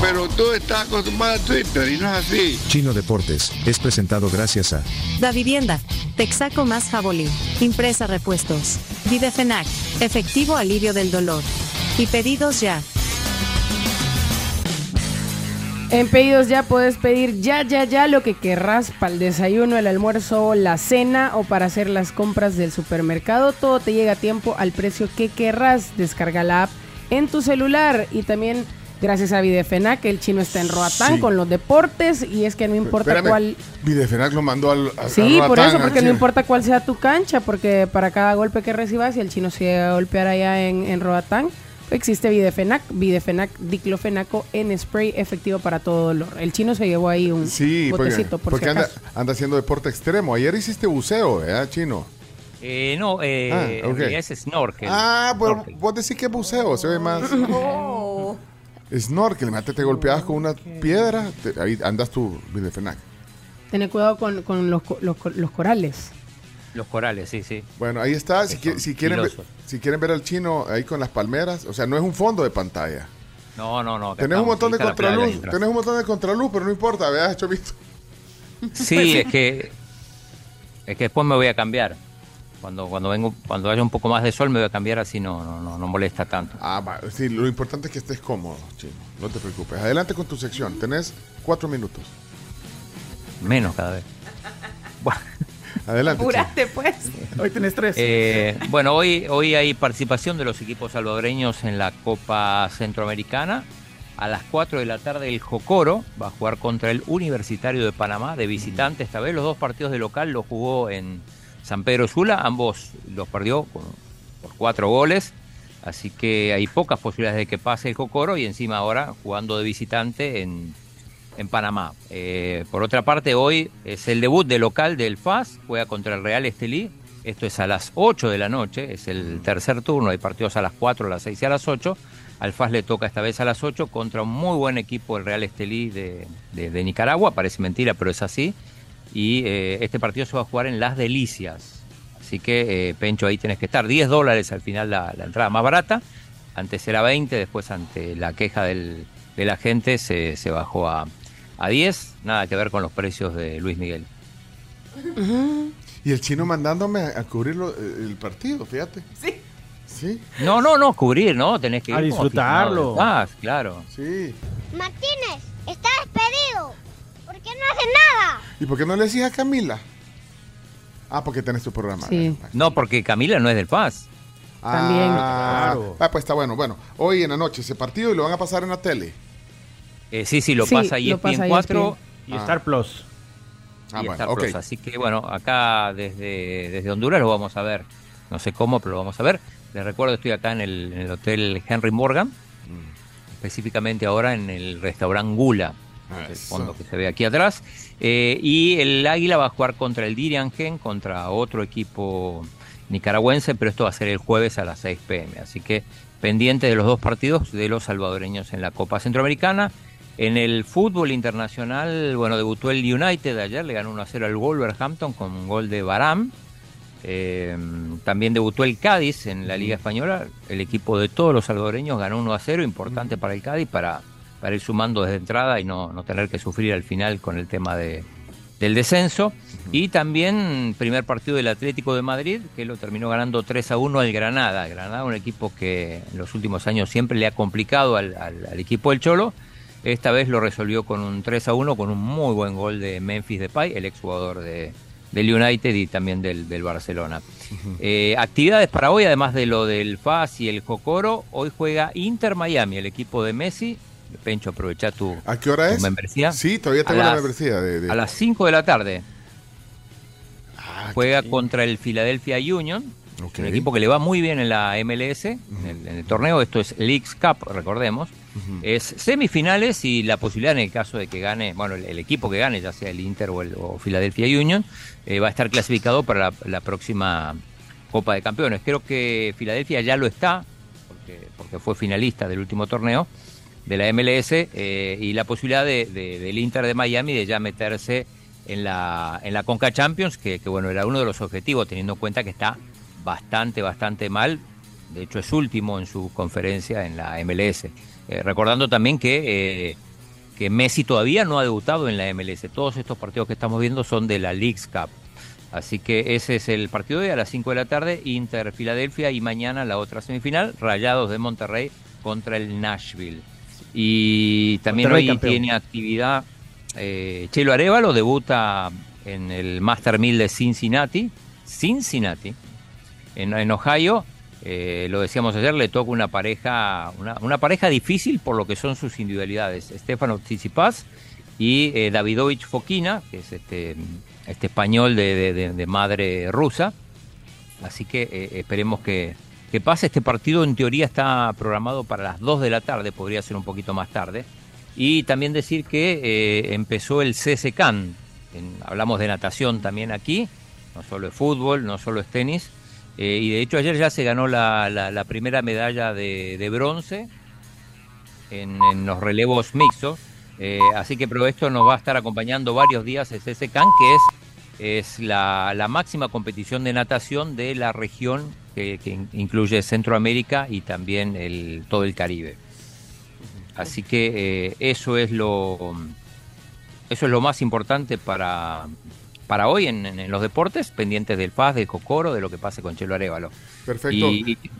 Pero tú estás acostumbrado a Twitter y no es así. Chino Deportes es presentado gracias a Da Vivienda, Texaco más Jabolí, Impresa Repuestos, Videfenac, Efectivo Alivio del Dolor. Y pedidos ya. En pedidos ya puedes pedir ya, ya, ya lo que querrás para el desayuno, el almuerzo, o la cena o para hacer las compras del supermercado. Todo te llega a tiempo al precio que querrás. Descarga la app en tu celular y también gracias a Videfenac el chino está en Roatán Sí. con los deportes y es que no importa Espérame, cuál... Videfenac lo mandó al. a- Sí, a por Roatán, eso, al porque no chino. importa cuál sea tu cancha, porque para cada golpe que recibas, si el chino se llega a golpear allá en, en Roatán, existe Videfenac, Videfenac, diclofenaco en spray efectivo para todo dolor. El chino se llevó ahí un Sí, porque, botecito, por porque si anda, acaso. anda haciendo deporte extremo. Ayer hiciste buceo, ¿verdad, chino? Eh, no, eh, Ah, en ok. realidad es snorkel. Ah, pero Snorkel. vos decís que buceo, se ve más. Snorkel, mate, te golpeabas con una piedra, te- ahí andas tú, Videfenac. Tener cuidado con, con los, co- los co- los corales. Los corales, sí, sí. Bueno, ahí está. Si, Que qui- son si quieren, ver, filosos. si quieren ver al chino ahí con las palmeras, o sea, no es un fondo de pantalla. No, no, no. acá Tenés un estamos, montón de ahorita la playa contraluz, mientras- tenés un montón de contraluz, pero no importa, veas hecho visto. Sí, es que es que después me voy a cambiar. Cuando cuando vengo cuando haya un poco más de sol me voy a cambiar así no no no, no molesta tanto. Ah, va, sí, lo importante es que estés cómodo, chino. No te preocupes. Adelante con tu sección. Tenés cuatro minutos. Menos cada vez. Bueno, Adelante. chino. Apuraste, pues. Hoy tenés tres. eh, bueno, hoy hoy hay participación de los equipos salvadoreños en la Copa Centroamericana. A las 4 de la tarde el Jocoro va a jugar contra el Universitario de Panamá de visitante. Esta vez los dos partidos de local los jugó en San Pedro Sula. Ambos los perdió por, por cuatro goles. Así que hay pocas posibilidades de que pase el Jocoro y encima ahora jugando de visitante en, en Panamá. Eh, por otra parte, hoy es el debut de local del FAS, juega contra el Real Estelí. Esto es a las 8 de la noche, es el tercer turno, hay partidos a las 4, a las 6 y a las 8. Al FAS le toca esta vez a las 8 contra un muy buen equipo, el Real Estelí de, de- de Nicaragua, parece mentira, pero es así. Y eh, este partido se va a jugar en Las Delicias. Así que, eh, Pencho, ahí tenés que estar. 10 dólares al final la, la entrada más barata. Antes era 20, después ante la queja del, de la gente se, se bajó a, a 10. Nada que ver con los precios de Luis Miguel. Y el chino mandándome a, a cubrir lo- eh, el partido, fíjate. Sí. Sí, No, no, no, cubrir, ¿no? Tenés que ir A como disfrutarlo. aficionado del FAS, claro. sí. Martínez, está despedido. ¿Por qué no hace nada? ¿Y por qué no le decís a Camila? Ah, porque tenés tu programa. Sí. No, porque Camila no es del FAS. Ah, También. Claro. Ah, pues está bueno. Bueno, hoy en la noche ese partido y lo van a pasar en la tele. Eh, sí, sí, lo Sí, pasa lo ahí pasa en ESPN. 4. Y Ah. Star Plus. Ah, y bueno, Star ok. Plus. Así que bueno, acá desde, desde Honduras lo vamos a ver. No sé cómo, pero lo vamos a ver. Les recuerdo, estoy acá en el, en el Hotel Henry Morgan, Mm. específicamente ahora en el restaurante Gula, que es el Eso. fondo que se ve aquí atrás. Eh, y el Águila va a jugar contra el Diriangen, contra otro equipo nicaragüense, pero esto va a ser el jueves a las 6 pm. Así que pendiente de los dos partidos de los salvadoreños en la Copa Centroamericana. En el fútbol internacional, bueno, debutó el United ayer, le ganó 1 a 0 al Wolverhampton con un gol de Baram. Eh, también debutó el Cádiz en la Liga Española. El equipo de todos los salvadoreños ganó 1 a 0, importante para el Cádiz para, para ir sumando desde entrada y no, no tener que sufrir al final con el tema de, del descenso. Y también primer partido del Atlético de Madrid, que lo terminó ganando 3 a 1 al Granada. Granada, un equipo que en los últimos años siempre le ha complicado al, al- al equipo del Cholo. Esta vez lo resolvió con un 3 a 1, con un muy buen gol de Memphis Depay, el exjugador de, del United y también del, del Barcelona. Eh, actividades para hoy, además de lo del FAS y el Jocoro, hoy juega Inter Miami, el equipo de Messi. Pencho, aprovecha tu, ¿A qué hora tu es? membresía. Sí, todavía A tengo la las- membresía. De, de- A las 5 de la tarde Ah, juega contra el Philadelphia Union, ok. un equipo que le va muy bien en la MLS, en, el, en el torneo. Esto es Leagues Cup, recordemos. Es semifinales y la posibilidad en el caso de que gane, bueno, el, el equipo que gane, ya sea el Inter o, el, o Philadelphia Union, eh, va a estar clasificado para la, la próxima Copa de Campeones. Creo que Filadelfia ya lo está, porque, porque fue finalista del último torneo de la MLS, eh, y la posibilidad de- de- del Inter de Miami de ya meterse en la, en la Conca Champions, que, que, bueno, era uno de los objetivos, teniendo en cuenta que está bastante, bastante mal. De hecho, es último en su conferencia en la MLS. Eh, recordando también que, eh, que Messi todavía no ha debutado en la MLS. Todos estos partidos que estamos viendo son de la League's Cup. Así que ese es el partido de hoy a las 5 de la tarde, Inter Filadelfia y mañana la otra semifinal, Rayados de Monterrey contra el Nashville. Y también Monterrey hoy campeón. tiene actividad eh, Chelo Arevalo, debuta en el Master 1000 de Cincinnati, Cincinnati, en, en Ohio. Eh, lo decíamos ayer, le toca una pareja, una, una pareja difícil por lo que son sus individualidades. Estefano Tsitsipas y eh, Davidovich Fokina, que es este, este español de, de- de- de madre rusa. Así que eh, esperemos que, que pase. Este partido en teoría está programado para las 2 de la tarde, podría ser un poquito más tarde. Y también decir que eh, empezó el CC Can. En- hablamos de natación también aquí, no solo es fútbol, no solo es tenis. Eh, y de hecho ayer ya se ganó la, la- la primera medalla de, de bronce en, en los relevos mixtos. Eh, así que pero esto nos va a estar acompañando varios días el CC Can, que es es la, la máxima competición de natación de la región que, que in- incluye Centroamérica y también el, todo el Caribe. Así que eh, eso es lo eso es lo más importante para, para hoy en, en- en los deportes, pendientes del Paz, de Cocoro, de lo que pase con Chelo Arevalo. Perfecto. Y, y-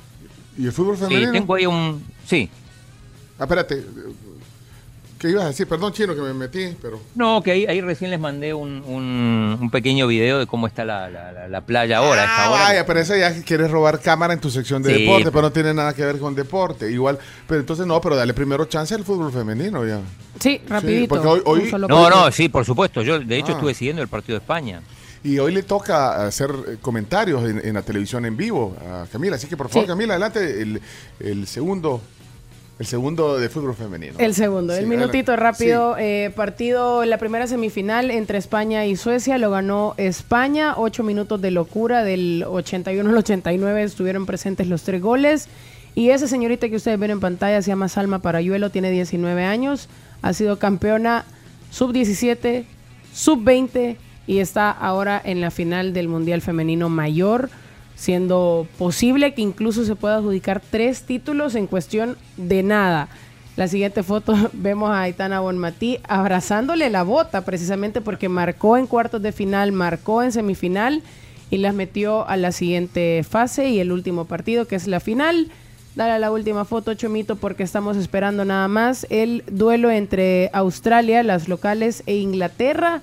¿Y el fútbol sí, femenino? tengo ahí un... Sí, Ah, espérate. ¿Qué ibas a decir? Perdón, chino, que me metí, pero. no, que ahí, ahí recién les mandé un, un- un pequeño video de cómo está la, la- la- la playa ahora. a esta Ah, hora. vaya, pero esa ya que quieres robar cámara en tu sección de Sí. deporte, pero no tiene nada que ver con deporte. Igual, pero entonces no, pero dale primero chance al fútbol femenino ya. Sí, rapidito. porque hoy- hoy- un solo No, partido. no, sí, por supuesto. Yo, de hecho, Ah. estuve siguiendo el partido de España. Y hoy le toca hacer eh, comentarios en, en la televisión en vivo a Camila. Así que por favor, Sí. Camila, adelante el, el segundo, el segundo de fútbol femenino. El segundo, Sí, el minutito adelante. rápido. eh, partido, la primera semifinal entre España y Suecia lo ganó España. Ocho minutos de locura, del 81 al 89 estuvieron presentes los tres goles. Y esa señorita que ustedes ven en pantalla se llama Salma Parayuelo, tiene 19 años, ha sido campeona sub-17, sub-20 y está ahora en la final del Mundial Femenino Mayor siendo posible que incluso se pueda adjudicar tres títulos en cuestión de nada. La siguiente foto vemos a Aitana Bonmatí abrazándole la bota precisamente porque marcó en cuartos de final, marcó en semifinal y las metió a la siguiente fase y el último partido que es la final. Dale a la última foto, Chomito, porque estamos esperando nada más el duelo entre Australia, las locales, e Inglaterra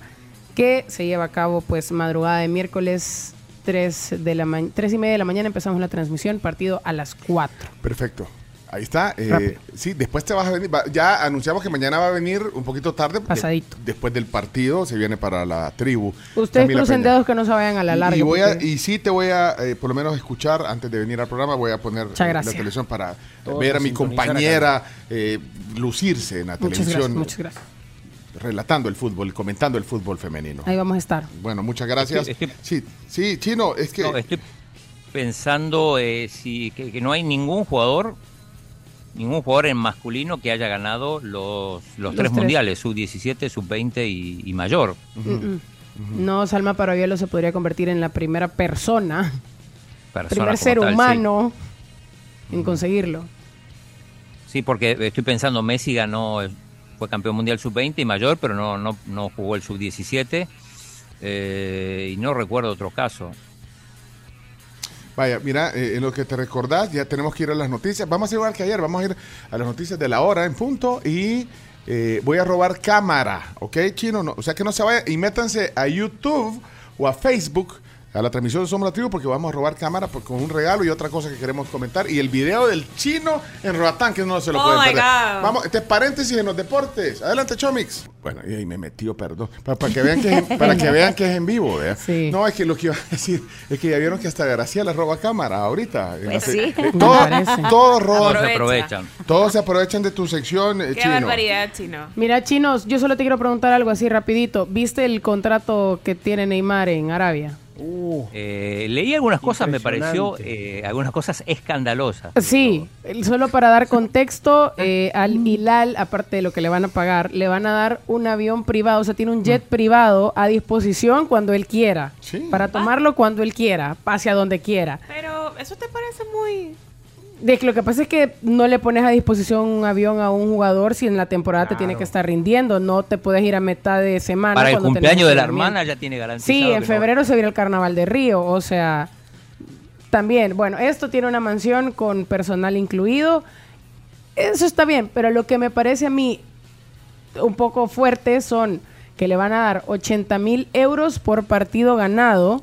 que se lleva a cabo pues madrugada de miércoles 3 de la ma- 3 y media de la mañana empezamos la transmisión, partido a las 4. Perfecto. Ahí está. eh, Rápido. sí, después te vas a venir. va- ya anunciamos que mañana va a venir un poquito tarde. de- Pasadito. después del partido se viene para la tribu. Ustedes Camila crucen Peña. dedos que no se vayan a la Y- larga. Y, voy a- porque- y sí te voy a, eh, por lo menos, escuchar antes de venir al programa. Voy a poner eh, Muchas la gracias. televisión para Todos ver a nos mi sintonizan compañera eh, lucirse en la muchas gracias, televisión, muchas gracias. relatando el fútbol, comentando el fútbol femenino. Ahí vamos a estar. Bueno, muchas gracias. Estoy- estoy- Sí, sí, chino, es que. No, estoy pensando eh, si, que, que no hay ningún jugador, ningún jugador en masculino que haya ganado los, los, Los tres, tres. mundiales, sub-17, sub-20 y, y mayor. Mm, mm. No, Salma Parabielo se podría convertir en la primera persona, Persona primer como ser tal, sí. humano en conseguirlo. Sí. porque estoy pensando, Messi ganó, el- fue campeón mundial sub-20 y mayor, pero no, no, no jugó el sub-17. eh, y no recuerdo otro caso. Vaya, mira, eh, en lo que te recordás, ya tenemos que ir a las noticias. Vamos a hacer igual que ayer, vamos a ir a las noticias de la hora en punto y eh, voy a robar cámara, ¿ok, chino? No, o sea que no se vaya y métanse a YouTube o a Facebook a la transmisión de Somos la Tribu porque vamos a robar cámara por- con un regalo y otra cosa que queremos comentar. Y el video del chino en Roatán, que no se lo Oh pueden my perder. God. Vamos, este es paréntesis en los deportes. Adelante, Chomix. Bueno, y ahí me metió, perdón. Pa- Para, que, vean que es, en- para que vean que es en vivo, ¿vea? No, es que lo que iba a decir es que ya vieron que hasta Graciela roba cámara ahorita. Pues No sé, sí. eh, Me Todos parece. todos roban. Se aprovechan. Todos se aprovechan de tu sección, eh, Qué chino. barbaridad, chino. Mira, chinos, yo solo te quiero preguntar algo así rapidito. ¿Viste el contrato que tiene Neymar en Arabia? Eh, leí algunas cosas, me pareció, Impresionante. eh, algunas cosas escandalosas. Sí, el- solo para dar contexto, eh, Mm. al Hilal, aparte de lo que le van a pagar, le van a dar un avión privado, o sea, tiene un jet Mm. privado a disposición cuando él quiera, Sí. Ah. para tomarlo cuando él quiera, hacia donde quiera. Pero eso te parece muy... De que lo que pasa es que no le pones a disposición un avión a un jugador si en la temporada te tiene que estar rindiendo, no te puedes ir a mitad de semana. Para el cuando tenés cumpleaños de la entrenamiento. hermana ya tiene garantizado. Sí, en que no- febrero se viene el carnaval de Río, o sea, también, bueno, esto tiene una mansión con personal incluido, eso está bien, pero lo que me parece a mí un poco fuerte son que le van a dar 80 mil euros por partido ganado.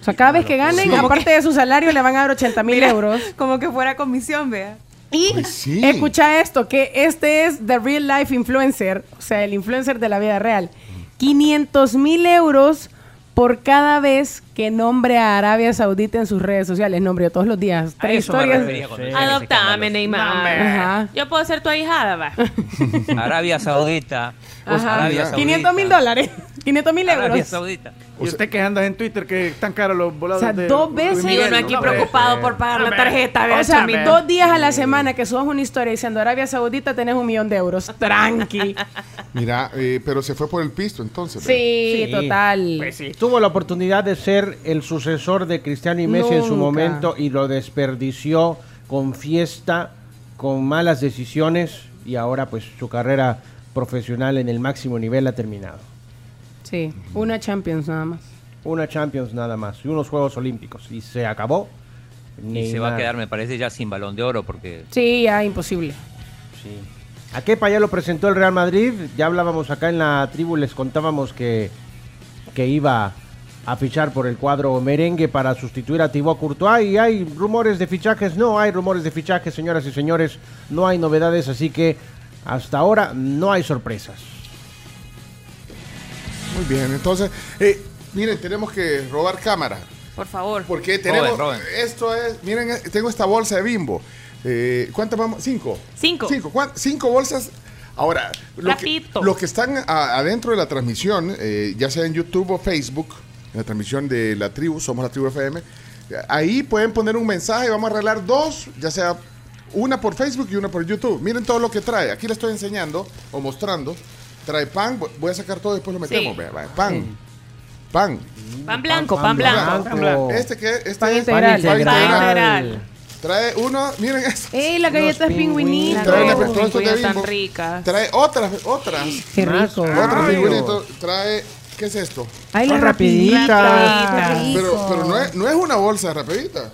O sea, cada vez que ganen, Como aparte de su salario, le van a dar 80 mil Mira, euros. Como que fuera comisión, vea. Y Pues sí. escucha esto, que este es The Real Life Influencer, o sea, el influencer de la vida real. 500 mil euros por cada vez que nombre a Arabia Saudita en sus redes sociales. Nombre yo todos los días. A Tres eso me historias. refería cuando decía que es Adoptame, Neymar. Ajá. Yo puedo ser tu ahijada, va. escandaloso. Arabia Saudita. Ajá. Arabia Saudita. 500 Pues, mil dólares. 500 mil pues, Arabia euros. Saudita. Y usted que anda en Twitter que están caros los volados. O sea, de- dos veces. Luis Y Miguel, uno aquí ¿no? pues, preocupado por pagar la tarjeta, vea, O sea, chame. dos días a la semana que subas una historia diciendo Arabia Saudita tenés un millón de euros. Tranqui. Mira, eh, pero se fue por el pisto entonces. Sí, total. Pues Tuvo la oportunidad de ser el sucesor de Cristiano y Messi en su Nunca. momento y lo desperdició con fiesta, con malas decisiones y ahora pues su carrera profesional en el máximo nivel ha terminado. Sí, una Champions nada más. Una Champions nada más y unos Juegos Olímpicos y se acabó. Y se va a Neymar. quedar, me parece, ya sin balón de oro porque Sí, ya imposible. Sí. A Kepa ya lo presentó el Real Madrid. Ya hablábamos acá en la tribu, les contábamos que, que iba a fichar por el cuadro merengue para sustituir a Thibaut Courtois. Y hay rumores de fichajes. No hay rumores de fichajes, señoras y señores. No hay novedades, así que hasta ahora no hay sorpresas. Muy bien, entonces, eh, miren, tenemos que robar cámara. Por favor. Porque tenemos. Roben. Esto es. Miren, eh, tengo esta bolsa de bimbo. Eh, ¿Cuántas vamos? Cinco. Cinco. Cinco, ¿cuán- cinco bolsas. Ahora, los que, Rapidito. los que están a- adentro de la transmisión, eh, ya sea en YouTube o Facebook, en la transmisión de la tribu, somos la tribu FM, eh, ahí pueden poner un mensaje, vamos a arreglar dos, ya sea una por Facebook y una por YouTube. Miren todo lo que trae, aquí le estoy enseñando o mostrando. Trae pan, vo- voy a sacar todo después lo metemos. vea, vea, Pan, pan, Pan blanco, pan blanco. blanco. Este que este Pan es- integral. Pan integral. Trae uno, miren esto. ¡Ey, las galletas pingüinitas! Trae una Las pistola de pingüinas tan Bimbo. ricas. Trae otras, otras. ¡Qué rico! Otros Ay, figuritos. Trae. ¿Qué es esto? ¡Ay, las Son rapiditas. rapiditas! Pero, pero no, es, no es una bolsa rapidita.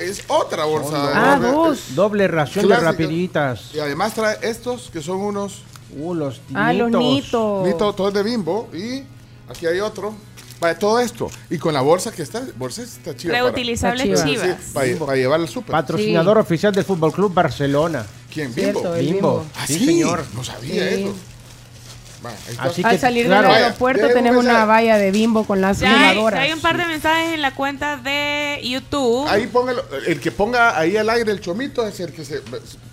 Es otra bolsa. Ah, Doble- dos. Doble ración Clásica. de rapiditas. Y además trae estos que son unos. Uh, los ¡Ah, los nitos. nitos! Ni todo, todo es de bimbo. Y aquí hay otro. Vale, todo esto. Y con la bolsa que está. Bolsa está chida. para- Reutilizables Chivas. Sí, chivas. para, para llevar al súper. Patrocinador oficial del Fútbol Club Barcelona. ¿Quién? Bimbo. Cierto, el bimbo. Ah, Sí, sí, señor. No sabía Sí. eso. Va, ahí está. Ah, Así Al salir del claro. aeropuerto Vaya, tenés déjame una ver. valla de bimbo con las eh, Ya hay, limadoras. ya hay un par de mensajes en la cuenta de YouTube. Ahí póngalo, el que ponga ahí al aire el chomito es el que se...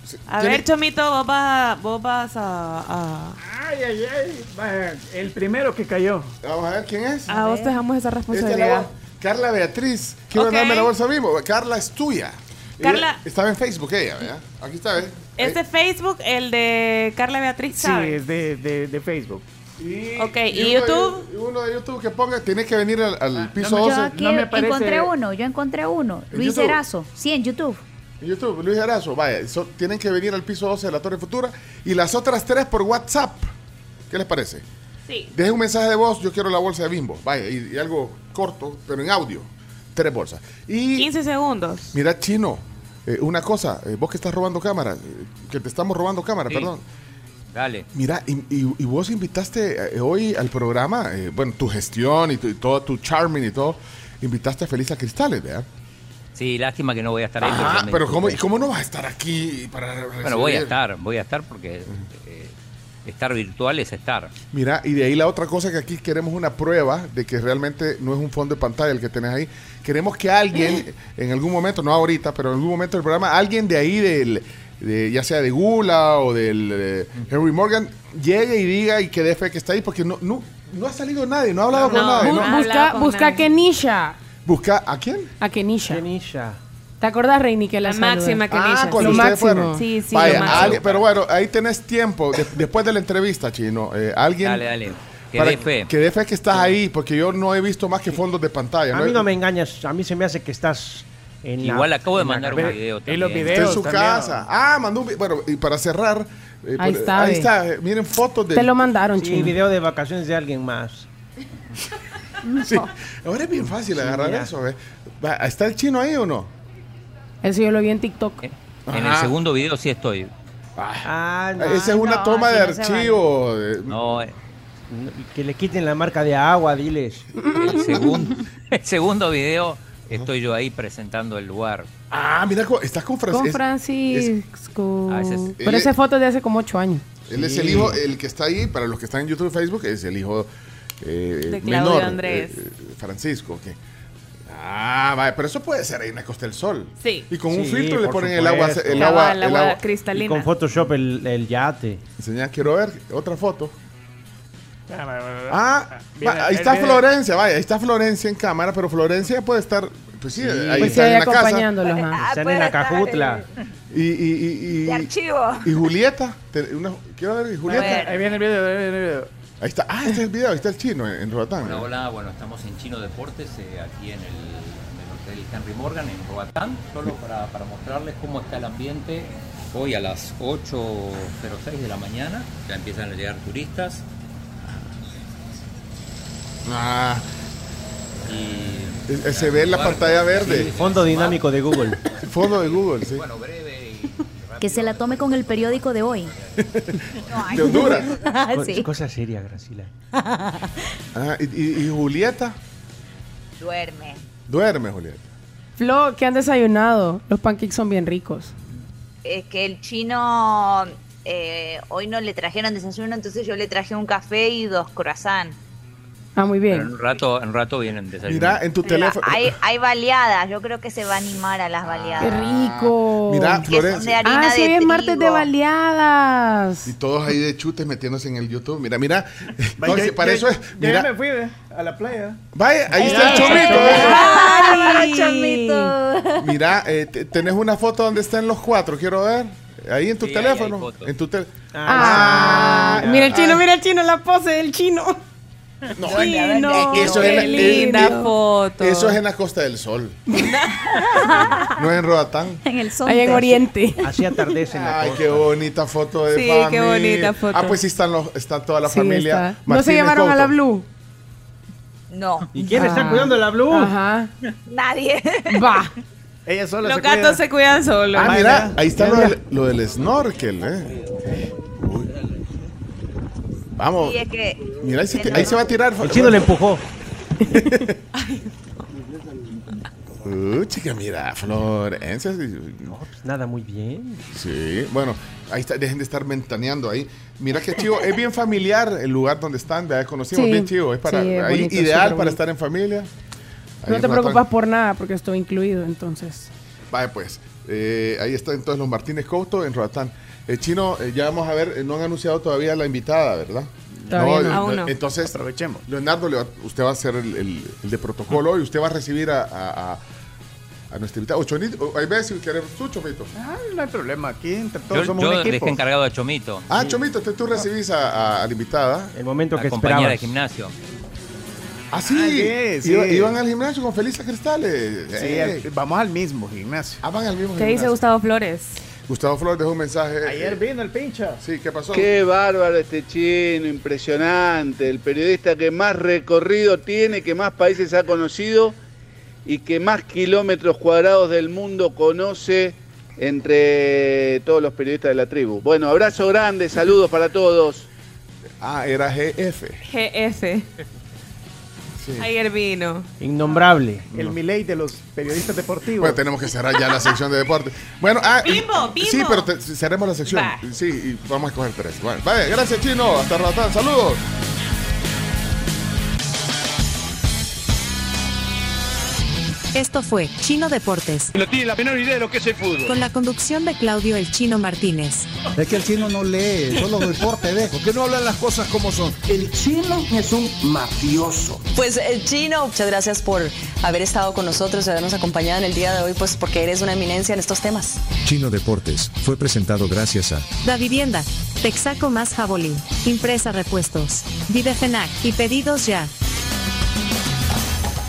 se- a tiene- ver, Chomito, vos vas, a- vos vas a... a- Ay, ay, ay. Vaya, El primero que cayó. Vamos a ver quién es. a vos te dejamos esa Esta es la responsabilidad. bol- Carla Beatriz. Quiero Ok. darme la bolsa mismo. Carla es tuya. Ella Carla- estaba en Facebook ella, ¿verdad? Aquí está, ¿eh? ¿ves? Es de Facebook, el de Carla Beatriz Chávez. de, Facebook. Ahí. ok, ¿y uno de- YouTube? y uno de YouTube que ponga, tiene que venir al, al Ah, piso Yo 12. aquí no me parece- encontré uno, yo encontré uno. ¿En Luis YouTube? Erazo, sí, en YouTube. YouTube, Luis Arazo, vaya. so- tienen que venir al piso 12 de la Torre Futura. Y las otras tres por WhatsApp. ¿Qué les parece? Sí. Deje un mensaje de voz, yo quiero la bolsa de bimbo. Vaya, y, y algo corto, pero en audio. Tres bolsas. Y 15 segundos. mira, Chino, eh, una cosa, eh, vos que estás robando cámara, eh, que te estamos robando cámara, Sí. perdón. Dale. Mira, y, y- y vos invitaste eh, hoy al programa, eh, bueno, tu gestión y, tu, y todo, tu charming y todo, invitaste a Felisa Cristales, ¿verdad? Sí, lástima que no voy a estar ahí. Ajá, porque ya me pero ¿cómo, disculpé. ¿cómo no vas a estar aquí para Bueno, voy a recibir? estar, voy a estar porque eh, estar virtual es estar. Mira, y de ahí la otra cosa que aquí queremos una prueba de que realmente no es un fondo de pantalla el que tenés ahí. Queremos que alguien, en algún momento, no ahorita, pero en algún momento del programa, alguien de ahí del, de- ya sea de Gula o del eh, Henry Morgan, llegue y diga y que dé fe que está ahí, porque no, no, no ha salido nadie, no ha hablado con nadie. Bu- ¿no? busca busca a Kenisha. Busca a quién? A Kenisha. ¿Te acordás, Reini, que la, La máxima Kenisha. Ah, cuando Lo ustedes máximo. fueron. Sí, sí, Vaya, lo máximo. alguien- pero bueno, ahí tenés tiempo, de- después de la entrevista, Chino, eh, alguien... Dale, dale. Que para dé fe. Que dé fe que estás ahí, porque yo no he visto más que fondos de pantalla. A he- mí no me engañas, a mí se me hace que estás en la- Igual acabo de en la mandar un carpeta. video y también. los Está en videos su también. casa. Ah, mandó un vi- Bueno, y para cerrar, eh, Ahí por- está, ahí ve. está, eh, Miren fotos de. Te lo mandaron, Sí, chino. video de vacaciones de alguien más. Sí. Ahora es bien fácil agarrar mira. eso. ve. Va, ¿Está el chino ahí o no? Eso yo lo vi en TikTok. Eh, ¿eh? En el Ajá. segundo video sí estoy. Ah, no, Esa es una no, toma sí, de no se archivo. eh, No, eh, vale. Que le quiten la marca de agua, diles. el segundo, el segundo video estoy yo ahí presentando el lugar. Ah, mira, co- estás con Francisco. Con Francisco. Ah, ese Eh, es- Pero esa foto es de hace como ocho años. Él es el hijo, el que está ahí, para los que están en YouTube y Facebook, es el hijo eh, De Claudio menor. Andrés. eh, eh, Francisco, que. Ah, vaya, pero eso puede ser ahí en la Costa del Sol. Sí. Y con un Sí, filtro le por ponen el agua, supuesto. el Cabal, agua, el el agua agua. Y cristalina. con Photoshop el, el yate. Enseñá, quiero ver otra foto. Ah, Ah, va, viene- ahí está viene- Florencia, vaya, ahí está Florencia en cámara, pero Florencia puede estar, pues sí, Pues ahí sí, está ahí en la casa. acompañándolo. ajá. Ah, Están en la cajutla. Y, y, y, y- y Julieta, te- una- quiero ver, y Julieta. Ahí viene el video, ahí viene el video. Ahí está, ah, este es el video, ahí está el chino en, en Roatán. Hola, hola, bueno, estamos en Chino Deportes, eh, aquí en el, en el Hotel Henry Morgan, en Roatán, solo para, para mostrarles cómo está el ambiente. Hoy a las 8.06 de la mañana ya empiezan a llegar turistas Ah, y... eh, eh, se ve en la pantalla verde, Fondo dinámico de Google. fondo de Google, sí. Bueno, breve y... Que se la tome con el periódico de hoy. De Honduras. Ah, Sí. Cosa seria, Gracila. Ah, y, y- y Julieta, Duerme. duerme Julieta. Flo, ¿qué han desayunado? Los pancakes son bien ricos. Es que el chino eh, hoy no le trajeron desayuno, entonces yo le traje un café y dos croissants. Ah, muy Pero en bien. un rato, en un rato vienen desayunar. Mira, en tu teléfono. Hay, hay baleadas, yo creo que se va a animar a las Ah. Qué baleadas. rico. Mira, Que son de Florencia. harina ah, sí, de hoy es martes trigo. de baleadas. Y todos ahí de chutes metiéndose en el YouTube. Mira, mira. Va, No, yo- si para yo- eso es. yo Mira, ya me fui de- a la playa. vaya, ahí está el chomito. ¿eh? Mira, eh, te- tenés una foto donde están los cuatro, quiero ver. Ahí en tu Sí, ahí hay teléfono. fotos. En tu tel- Ah, mira el chino, ay. mira el chino, la pose del chino. No, Chino, eh, eso qué es la- eh, linda eh, foto. Eso es en la Costa del Sol. no es en Roatán. En el sol. Allá en Oriente. Así atardece en la Ay, costa. qué bonita foto de Sí, qué familia. bonita foto. Ah, pues sí están los, está toda la Sí, está. familia. No se Martínez llevaron a la Couto. Blue. No, ¿Y quién Ah. está cuidando la Blue? Ajá. nadie. Va. Ella sola Los se gatos se cuidan solos. Ah, Vaya. mira, ahí está lo del, lo del snorkel, eh. Uy. Vamos. Sí, es que Mira, ahí se, ti- ahí se va a tirar. El chino le empujó. Uh, chica, mira, Florencia. sí, No, pues nada, muy bien. Sí, bueno, ahí está, dejen de estar ventaneando ahí. Mira qué chivo, es bien familiar el lugar donde están, ya conocimos, Sí, bien chivo, es para sí, es ahí bonito, ideal súper para bonito. estar en familia. Ahí No en te Roatán. preocupas por nada porque estoy incluido, entonces. Vale, pues, eh, ahí están entonces los Martínez Couto en Roatán. Eh, Chino, eh, ya vamos a ver, eh, no han anunciado todavía la invitada, ¿verdad? Todavía eh, no. Aún no. Entonces, Aprovechemos. Leonardo, le va- usted va a ser el, el- el de protocolo y usted va a recibir a, a, a- a nuestra invitada. Ochonito, ahí ves si querés tú, Chomito. Ah, no hay problema, aquí entre todos Yo, somos yo un dejé equipo. encargado a Chomito, Ah, Chomito, usted tú recibís a- a- a la invitada. El momento la que compañera esperaba. de gimnasio. Ah, sí. Ah, sí, sí. Iba- Iban al gimnasio con Felisa Cristales. Sí, Eh, al- vamos al mismo gimnasio. Ah, van al mismo ¿Qué dice gimnasio. Gustavo Flores? Gustavo Flores dejó un mensaje. eh, Ayer vino el pincha. Sí, ¿qué pasó? Qué bárbaro este chino, impresionante. El periodista que más recorrido tiene, que más países ha conocido y que más kilómetros cuadrados del mundo conoce entre todos los periodistas de la tribu. Bueno, abrazo grande, saludos para todos. Ah, era GF. GF. Ayer vino. Innombrable. El Milei de los periodistas deportivos. Bueno, tenemos que cerrar ya la sección de deporte. Bueno, ah, y- Bimbo, bimbo. Sí, pero te- cerremos la sección. Va. Sí, y vamos a escoger tres. Bueno, vale, gracias, Chino. Hasta ratán. Saludos. Esto fue Chino Deportes, No tiene la menor idea de lo que es el fútbol. con la conducción de Claudio El Chino Martínez. Es que el chino no lee, solo deporte ve. ¿Por qué no hablan las cosas como son? El chino es un mafioso. Pues eh, Chino, muchas gracias por haber estado con nosotros y habernos acompañado en el día de hoy, pues porque eres una eminencia en estos temas. Chino Deportes fue presentado gracias a Da Vivienda, Texaco más Jabolín, Impresa Repuestos, Videfenac y Pedidos Ya.